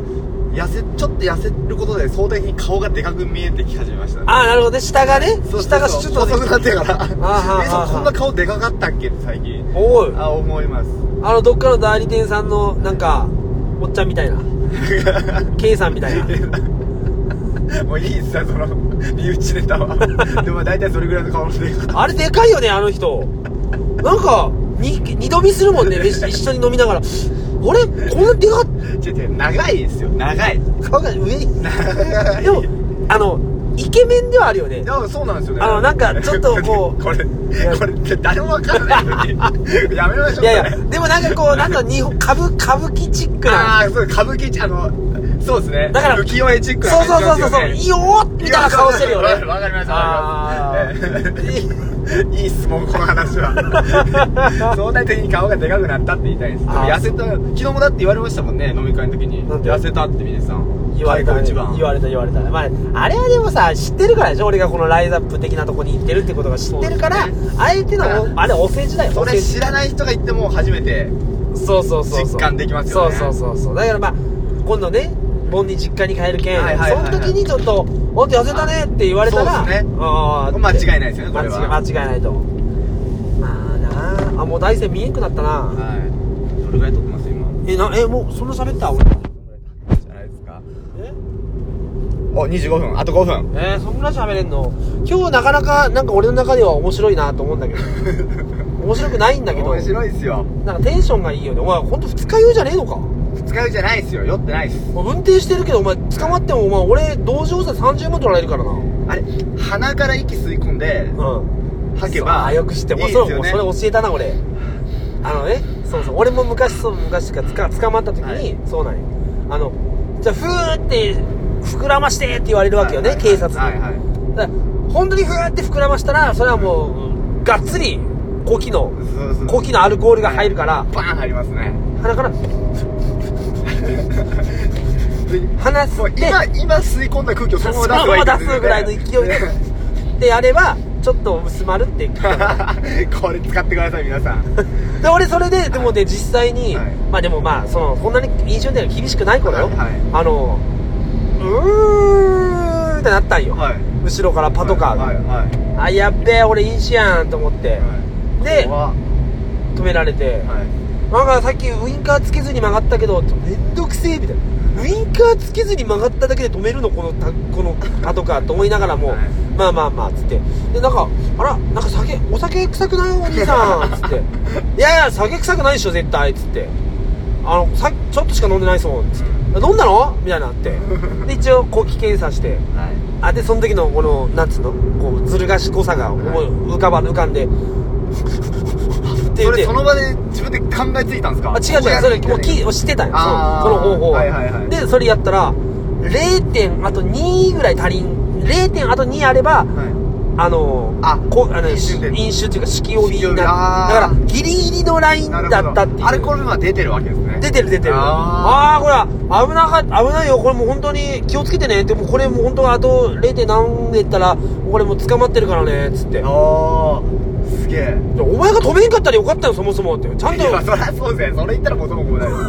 [SPEAKER 2] 痩せちょっと痩せることで相対的に顔がでかく見えてき始めましたね
[SPEAKER 1] あなるほどね下がね
[SPEAKER 2] そうそうそう
[SPEAKER 1] 下がシュッと
[SPEAKER 2] 細くなって
[SPEAKER 1] る
[SPEAKER 2] から
[SPEAKER 1] ああ
[SPEAKER 2] えそう
[SPEAKER 1] あ
[SPEAKER 2] こんな顔でかかったっけって最近
[SPEAKER 1] おい
[SPEAKER 2] あ思い ます
[SPEAKER 1] あのどっかの代理店さんのなんかおっちゃんみたい な K さんみたいな
[SPEAKER 2] もういいっすよその身内ネタはでも大体それぐらいの顔のでか
[SPEAKER 1] あれでかいよねあの人なんかに二度見するもんね飯一緒に飲みながらあれこんなでかっ
[SPEAKER 2] ちょちょ長いですよ長い
[SPEAKER 1] 顔が上に
[SPEAKER 2] 長い
[SPEAKER 1] でもあのイケメンではあるよね
[SPEAKER 2] いやそうなんですよね
[SPEAKER 1] あのなんかちょっとこう
[SPEAKER 2] これ
[SPEAKER 1] や
[SPEAKER 2] これって誰もわからない のにやめましょう
[SPEAKER 1] いやいやでもなんかこうなんか日本歌舞歌舞伎チック
[SPEAKER 2] あ
[SPEAKER 1] な
[SPEAKER 2] あーそう歌舞伎あのそうですね
[SPEAKER 1] だから
[SPEAKER 2] 浮世絵チックな
[SPEAKER 1] そう
[SPEAKER 2] 感
[SPEAKER 1] そ
[SPEAKER 2] じ
[SPEAKER 1] う
[SPEAKER 2] な
[SPEAKER 1] そ
[SPEAKER 2] ん
[SPEAKER 1] うそ
[SPEAKER 2] で
[SPEAKER 1] う
[SPEAKER 2] すよ
[SPEAKER 1] そう
[SPEAKER 2] ね
[SPEAKER 1] いいよーみたいな顔してるよね
[SPEAKER 2] わかりましたわ
[SPEAKER 1] あ
[SPEAKER 2] かりましたいいいいっすもんこの 話は相対的に顔がでかくなったって言いたいですでも
[SPEAKER 1] あー
[SPEAKER 2] 痩せた昨日もだって言われましたもんね飲み会の時に
[SPEAKER 1] なんて
[SPEAKER 2] 痩せたって峰さん
[SPEAKER 1] 言われた
[SPEAKER 2] 開口一
[SPEAKER 1] 言
[SPEAKER 2] 番
[SPEAKER 1] われた言われた、まあ、あれはでもさ知ってるからでしょ俺がこのライズアップ的なとこに行ってるってことが知ってるから、
[SPEAKER 2] そうで
[SPEAKER 1] あえてのあれお世辞だよ
[SPEAKER 2] そ
[SPEAKER 1] お世
[SPEAKER 2] れ
[SPEAKER 1] 辞
[SPEAKER 2] 知らない人が言っても初めて
[SPEAKER 1] そうそうそうそう
[SPEAKER 2] 実感できますよね
[SPEAKER 1] そうそうそうそうだからまあ今度ね盆に実家に帰るけん、
[SPEAKER 2] はいはいはいはい
[SPEAKER 1] その時にちょっと「おって痩せたね」って言われたら
[SPEAKER 2] そうですね
[SPEAKER 1] あー
[SPEAKER 2] 間違いないですよねこれは
[SPEAKER 1] 間違間違いないとまあなあもう大勢見えんくなったな
[SPEAKER 2] はいどれぐらい撮ってます今
[SPEAKER 1] えなえもうそんな喋った俺
[SPEAKER 2] じゃないですか
[SPEAKER 1] え
[SPEAKER 3] お25分あと5分
[SPEAKER 1] えー、そんぐらい喋れんの今日なかなかなんか俺の中では面白いなと思うんだけ ど面白くないんだけど
[SPEAKER 2] 面白いっすよ
[SPEAKER 1] なんかテンションがいいよねお前ほんと二日酔いじゃねえのか
[SPEAKER 2] 二日酔いじゃないっすよ酔ってないっす
[SPEAKER 1] もう運転してるけどお前捕まってもお前俺同乗者30万取られるからなう
[SPEAKER 2] あれ鼻から息吸い込んで
[SPEAKER 1] ん
[SPEAKER 2] 吐け
[SPEAKER 1] あ
[SPEAKER 2] ば
[SPEAKER 1] あよく知って
[SPEAKER 2] いい
[SPEAKER 1] もう
[SPEAKER 2] です
[SPEAKER 1] そう
[SPEAKER 2] よ
[SPEAKER 1] もう
[SPEAKER 2] ね
[SPEAKER 1] それ教えたな俺あのねそうそう俺も昔そう昔かつか捕まった時に、
[SPEAKER 2] はい
[SPEAKER 1] そうなんよあのじゃあふーって膨らましてって言われるわけよね、
[SPEAKER 2] はいはい
[SPEAKER 1] 警察に、
[SPEAKER 2] はいはい
[SPEAKER 1] だから本当にふわって膨らましたらそれはもうがっつり呼気の
[SPEAKER 2] そうそう
[SPEAKER 1] 呼気のアルコールが入るから
[SPEAKER 2] バーン入りますね
[SPEAKER 1] 鼻から鼻
[SPEAKER 2] も
[SPEAKER 1] 吸
[SPEAKER 2] う
[SPEAKER 1] って
[SPEAKER 2] 今今吸い込んだ空気をそ
[SPEAKER 1] その
[SPEAKER 2] のまま
[SPEAKER 1] まま
[SPEAKER 2] 出
[SPEAKER 1] 出
[SPEAKER 2] す
[SPEAKER 1] すぐらいの勢いで でやればちょっと薄まるってで
[SPEAKER 2] い これ使ってください皆さん
[SPEAKER 1] 俺それででもね実際に、
[SPEAKER 2] はい
[SPEAKER 1] まあでもまあそのこんなに飲酒運転が厳しくない頃よ、
[SPEAKER 2] はいはい
[SPEAKER 1] あのうーんってなったんよ、
[SPEAKER 2] はい
[SPEAKER 1] 後ろからパトカーが、
[SPEAKER 2] はいはい
[SPEAKER 1] あやっべえ俺飲酒やんと思って、
[SPEAKER 2] はい
[SPEAKER 1] で
[SPEAKER 2] ここは
[SPEAKER 1] 止められて、
[SPEAKER 2] はい
[SPEAKER 1] なんかさっきウインカーつけずに曲がったけどめんどくせえみたいなウインカーつけずに曲がっただけで止めるのこのたこのパトカーと思いながらも、
[SPEAKER 2] はい
[SPEAKER 1] まあまあまあつってでなんかあらなんか酒お酒臭くないお兄さんつっていやいや酒臭くないでしょ絶対つってあのさちょっとしか飲んでないそうつって飲んだのみたいになってで一応呼気検査して
[SPEAKER 2] はい
[SPEAKER 1] あでその時のこのなんつうのこうずる賢さが思い浮かば浮かんで って言
[SPEAKER 2] そ
[SPEAKER 1] って
[SPEAKER 2] れその場で自分で考えついたんですか
[SPEAKER 1] あ違う違うそれもう
[SPEAKER 2] き
[SPEAKER 1] き知ってたんよ
[SPEAKER 2] あー
[SPEAKER 1] そうこの方法は,、
[SPEAKER 2] はいはいはい
[SPEAKER 1] でそれやったら0点あと2ぐらい足りん0点あと2あれば
[SPEAKER 2] は
[SPEAKER 1] あの
[SPEAKER 2] あ
[SPEAKER 1] こあの
[SPEAKER 2] 飲酒で
[SPEAKER 1] 飲酒っていうか酒気帯びに
[SPEAKER 2] 酒気帯び
[SPEAKER 1] な
[SPEAKER 2] あ
[SPEAKER 1] るだ
[SPEAKER 2] ー
[SPEAKER 1] からギリギリのライン
[SPEAKER 2] いなるほど
[SPEAKER 1] だったっていう
[SPEAKER 2] あれこれ今出てるわけですね
[SPEAKER 1] 出てる出てるあ
[SPEAKER 2] あ
[SPEAKER 1] あーこれ危なか危ないよこれもう本当に気をつけてねでもこれもう本当はあと 0. 点何でったらこれもう捕まってるからねっつって
[SPEAKER 2] あーすげえ
[SPEAKER 1] お前が止めんかったらよかったよそもそもってちゃん
[SPEAKER 2] いや
[SPEAKER 1] と
[SPEAKER 2] そりゃそうですねそれ言ったら元も子 もないです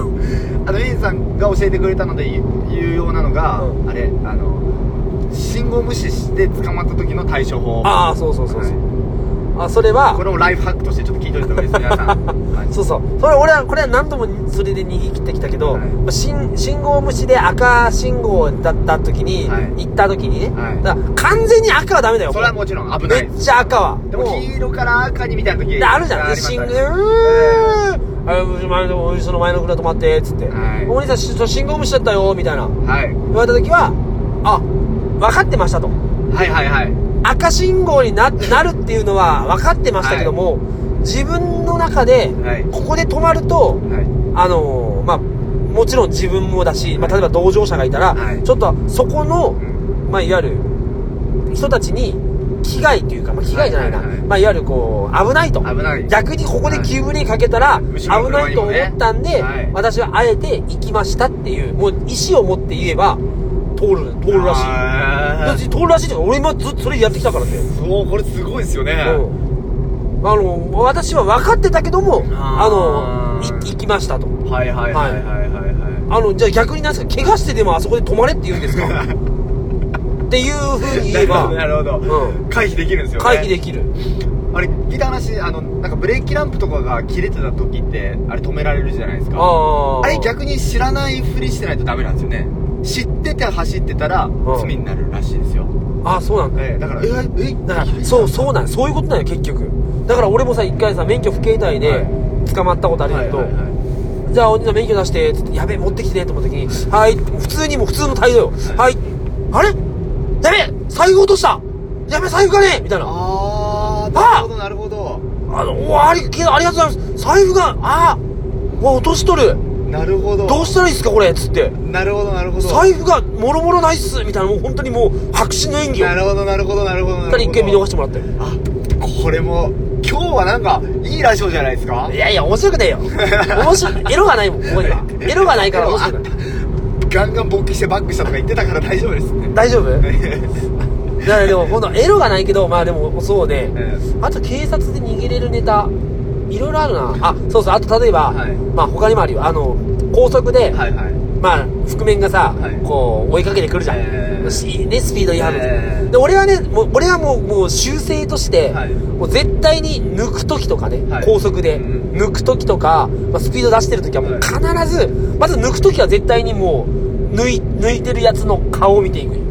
[SPEAKER 2] あのエイジさんが教えてくれたので有用なのが、
[SPEAKER 1] うん
[SPEAKER 2] あれあの信号無視して捕まった時の対処法
[SPEAKER 1] ああそうそうそうそう、あそれは
[SPEAKER 2] これもライフハックとしてちょっと聞いといた方がいいです皆 さん、はい
[SPEAKER 1] そうそうそれ俺はこれは何度もそれで逃げ切ってきたけど、
[SPEAKER 2] はい
[SPEAKER 1] まあ信信号無視で赤信号だった時に、
[SPEAKER 2] はい
[SPEAKER 1] 行った時にね、
[SPEAKER 2] はい
[SPEAKER 1] だから完全に赤はダメだよ
[SPEAKER 2] それはもちろん危な
[SPEAKER 1] め
[SPEAKER 2] い
[SPEAKER 1] っちゃ赤は
[SPEAKER 2] でも
[SPEAKER 1] もう
[SPEAKER 2] 黄色から赤にみたいな時
[SPEAKER 1] であるじゃん
[SPEAKER 2] あ
[SPEAKER 1] で
[SPEAKER 2] ります
[SPEAKER 1] 信号う
[SPEAKER 2] あり
[SPEAKER 1] ーあうち前のお店の前の車止まってっつって、
[SPEAKER 2] はい
[SPEAKER 1] お兄さんし信号無視だったよみたいな
[SPEAKER 2] ますはい
[SPEAKER 1] 言われた時はあ分かってましたと
[SPEAKER 2] はいはいはい
[SPEAKER 1] 赤信号に ななるっていうのは分かってましたけども、自分の中で、
[SPEAKER 2] はい
[SPEAKER 1] ここで止まると、
[SPEAKER 2] はい
[SPEAKER 1] あのーまあ、もちろん自分もだし、まあ、例えば同乗者がいたら、
[SPEAKER 2] はい
[SPEAKER 1] ちょっとそこの
[SPEAKER 2] う、ん
[SPEAKER 1] まあ、いわゆる人たちに危害というか、まあ、危害じゃないな、
[SPEAKER 2] はいはいはい
[SPEAKER 1] まあ、いわゆるこう危ないと
[SPEAKER 2] 危ない
[SPEAKER 1] 逆にここで急ブレーキかけたら
[SPEAKER 2] い
[SPEAKER 1] 危ないと思ったんで、
[SPEAKER 2] 後ろの車にもねはい
[SPEAKER 1] 私はあえて行きましたっていうもう意思を持って言えば通る通るらしい
[SPEAKER 2] あー
[SPEAKER 1] 私通るらしいっていうか俺今ずっとそれやってきたからね
[SPEAKER 2] そうこれすごいですよね
[SPEAKER 1] うんあの私は分かってたけどもあ
[SPEAKER 2] あー
[SPEAKER 1] のい行きましたと
[SPEAKER 2] はいはいはいはいはいは
[SPEAKER 1] あのじゃあ逆になんですか怪我してでもあそこで止まれって言うん ですかっていうふうに
[SPEAKER 2] い
[SPEAKER 1] 言えば
[SPEAKER 2] なるほどなるほど
[SPEAKER 1] う
[SPEAKER 2] 回避できるんですよね
[SPEAKER 1] 回避できる
[SPEAKER 2] あれ聞いた話あのなんかブレーキランプとかが切れてた時ってあれ止められるじゃないですか
[SPEAKER 1] ああ
[SPEAKER 2] あれ逆に知らないふりしてないとダメなんですよね知ってて走ってたら
[SPEAKER 1] ん
[SPEAKER 2] 罪になるらしいですよ、
[SPEAKER 1] あそうなんだ
[SPEAKER 2] ええだからええ
[SPEAKER 1] だからそうそうなんそういうことなんよ結局だから俺もさ一回さ免許不携帯で捕まったことあるんだけど、
[SPEAKER 2] はいはいはい
[SPEAKER 1] じゃあお兄さん免許出してつってやべえ持ってきてねと思った時に「はい」普通にもう普通の態度よ「はい」あれやべえ財布落としたやべえ財布がねえみたいな
[SPEAKER 2] あー
[SPEAKER 1] あ
[SPEAKER 2] なるほどなるほど
[SPEAKER 1] あの、おあり、けどありがとうございます。財布が、ああ、うわ、落としとる。
[SPEAKER 2] なるほど
[SPEAKER 1] どうしたらいいですかこれっつって
[SPEAKER 2] なるほどなるほど
[SPEAKER 1] 財布がもろもろないっすみたいなもう本当にもう白紙の演技を
[SPEAKER 2] なるほどなるほどなるほどなる
[SPEAKER 1] 二人
[SPEAKER 2] ほど
[SPEAKER 1] 一回見逃してもらったよ
[SPEAKER 2] あこれも今日はなんかいいラジオじゃないですか
[SPEAKER 1] いやいや面白くね えよ面白いエロがないもんここ にはエロがないから面白くない
[SPEAKER 2] ガンガン勃起してバックしたとか言ってたから大丈夫で すね
[SPEAKER 1] 大丈夫だからでも本当エロがないけどまあでもそうね、あと警察で逃げれるネタいろいろあるなあそうそうあと例えば、
[SPEAKER 2] はい
[SPEAKER 1] まあ他にもあるよあの高速で、
[SPEAKER 2] はいはい
[SPEAKER 1] まあ覆面がさ、
[SPEAKER 2] はい
[SPEAKER 1] こう追いかけてくるじゃん、
[SPEAKER 2] えー
[SPEAKER 1] しねスピード違反の時、
[SPEAKER 2] えー
[SPEAKER 1] で俺はねもう俺はもうもう修正として、
[SPEAKER 2] はい
[SPEAKER 1] もう絶対に抜く時とかね、
[SPEAKER 2] はい
[SPEAKER 1] 高速で
[SPEAKER 2] うん
[SPEAKER 1] 抜く時とか、まあ、スピード出してる時はもう必ず、まず抜く時は絶対にもう抜い抜いてるやつの顔を見ていくよ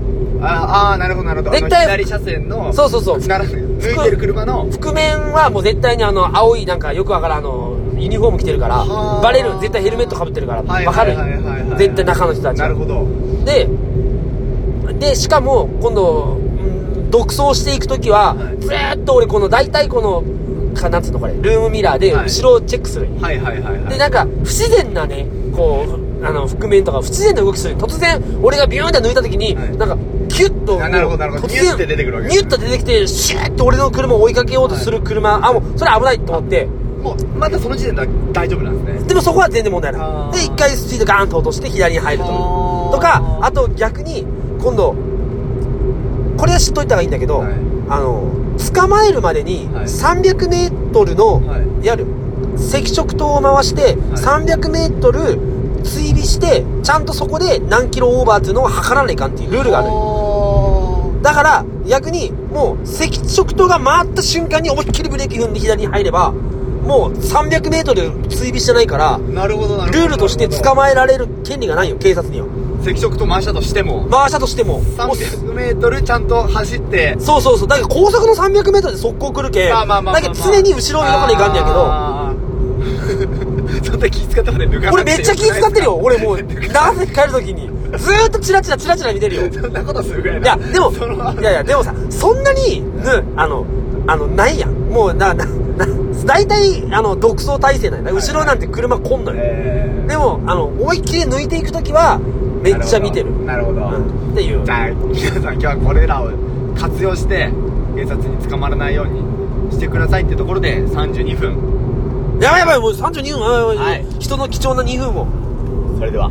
[SPEAKER 2] ああーなるほどなるほど
[SPEAKER 1] 絶対
[SPEAKER 2] あの左車線の
[SPEAKER 1] そうそうそう
[SPEAKER 2] なら抜いてる車の
[SPEAKER 1] 覆面はもう絶対にあの青いなんかよくわからんあのユニフォーム着てるから
[SPEAKER 2] はあ
[SPEAKER 1] バレる絶対ヘルメットかぶってるから
[SPEAKER 2] はい
[SPEAKER 1] わかるよ
[SPEAKER 2] はいはいはいはい
[SPEAKER 1] 絶対中の人たち
[SPEAKER 2] な
[SPEAKER 1] は
[SPEAKER 2] るほど
[SPEAKER 1] ででしかも今度うん独走していく時は、
[SPEAKER 2] はい
[SPEAKER 1] ずーっと俺この大体このかなんつうのこれルームミラーで
[SPEAKER 2] はい
[SPEAKER 1] 後ろをチェックする、
[SPEAKER 2] はいはいはいは
[SPEAKER 1] で
[SPEAKER 2] い
[SPEAKER 1] なんか不自然なねこうあの覆面とか不自然な動きする突然俺がビューンって抜いた時に、
[SPEAKER 2] はい
[SPEAKER 1] なんかキュッと
[SPEAKER 2] あなるほどなるほど
[SPEAKER 1] 突然
[SPEAKER 2] ニュッて出てくるわけで
[SPEAKER 1] ニュ
[SPEAKER 2] すね
[SPEAKER 1] ッと出てきてシューッと俺の車を追いかけようとする車、あもうそれ危ないと思って
[SPEAKER 2] もうまたその時点では大丈夫なんですね
[SPEAKER 1] でもそこは全然問題な
[SPEAKER 2] あ
[SPEAKER 1] い
[SPEAKER 2] ー
[SPEAKER 1] で一回スピードガーンと落として左に入ると
[SPEAKER 2] あー
[SPEAKER 1] とかあと逆に今度これは知っといた方がいいんだけど、
[SPEAKER 2] はい
[SPEAKER 1] あの捕まえるまでに
[SPEAKER 2] はい
[SPEAKER 1] 300m の、
[SPEAKER 2] はい
[SPEAKER 1] やる赤色灯を回して
[SPEAKER 2] は
[SPEAKER 1] 300m 追尾してちゃんとそこで何キロオーバーっていうのを測らないかんっていうルールがある
[SPEAKER 2] お
[SPEAKER 1] だから逆にもう赤色灯が回った瞬間に思いっきりブレーキ踏んで左に入ればもう 300m 追尾してないから
[SPEAKER 2] ーなるほどな
[SPEAKER 1] ル
[SPEAKER 2] るほど
[SPEAKER 1] ールとして捕まえられる権利がないよ警察には
[SPEAKER 2] 赤色と回したとしても
[SPEAKER 1] 回したとしてももう
[SPEAKER 2] 300m ちゃんと走って
[SPEAKER 1] そうそうそうだから高速の 300m で速攻来るけ
[SPEAKER 2] まあまあまあま
[SPEAKER 1] だ
[SPEAKER 2] あ
[SPEAKER 1] けど常に後ろを見とかないかんねやけど
[SPEAKER 2] けど ちょっと気使ったまで抜かなくて
[SPEAKER 1] 俺めっちゃ気使ってるよ俺 もう
[SPEAKER 2] 抜
[SPEAKER 1] 長崎帰る時にずーっとチラチラチラチラ見てるよ
[SPEAKER 2] そんなことするぐらい
[SPEAKER 1] いや
[SPEAKER 2] だ
[SPEAKER 1] でも
[SPEAKER 2] その
[SPEAKER 1] いやいやでもさそんなにぬあのあのないやんもうななな大体あの独走体制なんだ後ろなんて車来んのよ
[SPEAKER 2] えー
[SPEAKER 1] でもあの思いっきり抜いていく時はめっちゃ見てる
[SPEAKER 2] なるほどなるほど
[SPEAKER 1] うんっていう
[SPEAKER 2] じゃあ皆さん今日はこれらを活用して警察に捕まらないようにしてくださいってところで32分
[SPEAKER 1] やばいやばいもう32分、あやばいやばい
[SPEAKER 2] はい
[SPEAKER 1] 人の貴重な2分を
[SPEAKER 2] それでは